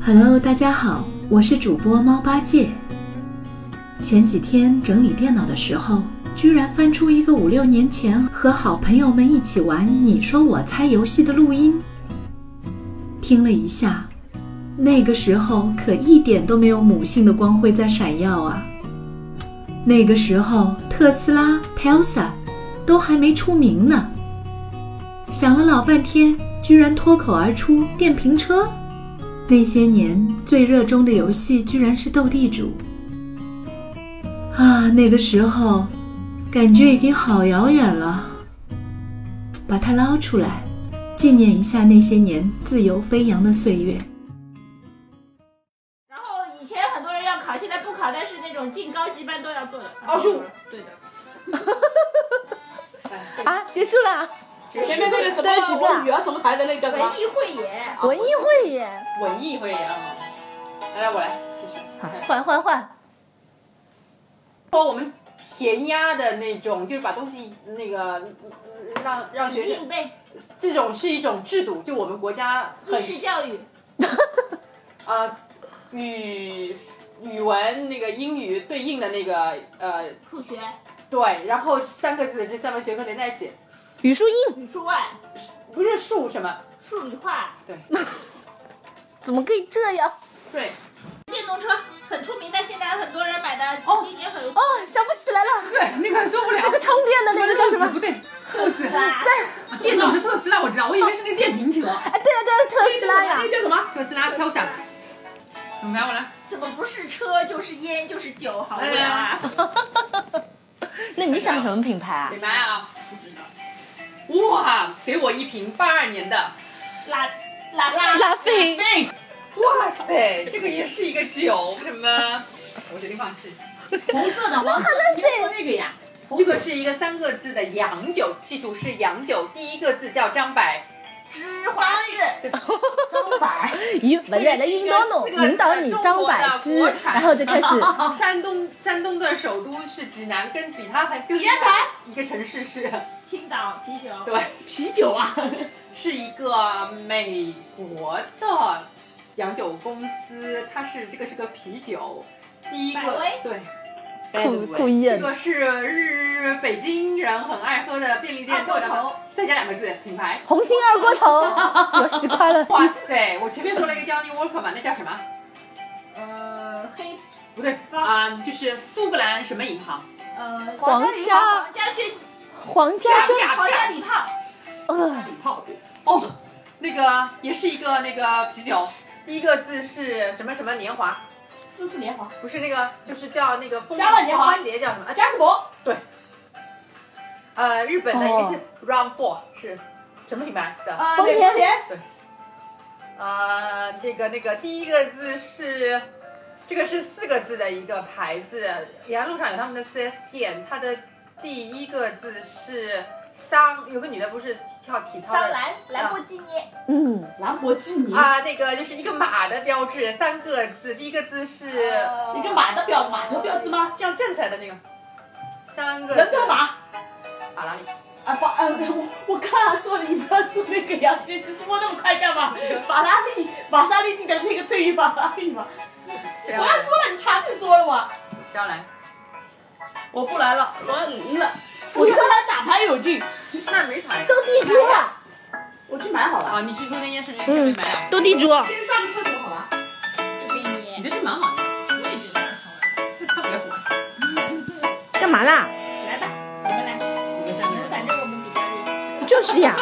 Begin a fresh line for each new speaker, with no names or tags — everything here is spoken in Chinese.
Hello，大家好，我是主播猫八戒。前几天整理电脑的时候，居然翻出一个五六年前和好朋友们一起玩“你说我猜”游戏的录音，听了一下，那个时候可一点都没有母性的光辉在闪耀啊！那个时候特斯拉、Tesla 都还没出名呢。想了老半天，居然脱口而出电瓶车。那些年最热衷的游戏居然是斗地主啊！那个时候，感觉已经好遥远了。把它捞出来，纪念一下那些年自由飞扬的岁月。
然后以前很多人要考，现在不考，但是那种进高级班都要做的。
奥数
对的。
啊，结束了，
前面那个什
对几
么
个啊
文语啊什么牌的那个叫什么
文艺汇演，
文艺汇演，
文艺会啊。来来，我来继续。
好，换换换，
说我们填鸭的那种，就是把东西那个嗯让让
死
学
记
生
硬，背，
这种是一种制度，就我们国家
应
很
试教育，
啊语语文那个英语对应的那个呃
数学、
对，然后三个字的这三门学科连在一起，
语数英
语数外、
不是数什么
数理化、
怎么可以这样？
对，
电动车很出名，但现在很多人买的，今年很有
哦，想不起来了，
对，那个很受不了。
那个充电的那个叫什么
不？对，特斯拉。
啊
电动车特斯拉我知道，我以为是那个电瓶车。
哎，对啊对啊，特斯拉呀
那个，叫什么？特斯拉飘伞。怎么来我来？
怎么不是车就是烟就是酒，好无聊啊！
那你想什么品牌啊
美？白啊？不知道。哇，给我一瓶八二年的
拉拉拉
拉菲，
Fink。哇塞，这个也是一个酒，什么？ 我决定放弃。
红色的，黄色的，你就说那个呀。
这个是一个三个字的洋酒，记住是洋酒，第一个字叫张柏。
芝华士，
张柏，以文 人的引导侬，引导你张柏芝，然后就开 始，
山东山东的首都是济南，跟比它还更
比它还
一个城市是，
青岛啤酒，
对，啤酒啊， 是一个美国的洋酒公司，它是这个是个啤酒，第一
百
个
威
对。
酷
Badway
酷艳
这个是日北京人很爱喝的便利
二
店
啊锅
做的
头，
再加两个字品牌。
红星二锅 头，我喜欢了。
哇塞，我前面说了一个 Johnny Walker 嘛，那叫什么？
呃，黑，
不对啊、就是苏格兰什么银行？
呃，
皇家
皇家轩，
黄家生，
皇家礼炮，
呃，
礼炮哦，那个也是一个那个啤酒，第一个字是什么什么年华？
四四年华，
不是那个，就是叫那个风
张万年华
关节叫什么？啊，
加斯伯，
呃，日本的
哦
一些 Round Four 是什么品牌的？
呃，
丰田
丰田，
呃，那个那个第一个字是，这个是四个字的一个牌子，延安路上有他们的 4S 店，它的第一个字是桑，有个女的不是跳体操
桑
的
兰、兰博基尼、
嗯，
啊兰博基尼
啊，那个就是一个马的标志，三个字，第一个字是
一个呃马的标马
头标
志吗？
这样站起来的那个，三个
人
字
头马
法拉利。
啊，法啊，我我刚才说了，你不要说那个杨杰，其实摸那么快干嘛？ 法拉利，玛莎拉蒂的那个对于法拉利嘛，
谁
我要
要来？
说了，你强制说了嘛，
谁要来？
我不来了，我赢了，我跟他打牌有劲，
那没牌。
斗地主，啊
我去买好了，
啊，你去说那件事情
嗯
没买啊？
斗地主，
先上个厕所好吧？就给你，
你的这蛮好的，
啊
特别火。
干嘛啦？
来吧，我们来，
我们三个人。
反正我们比较厉害，
就是呀，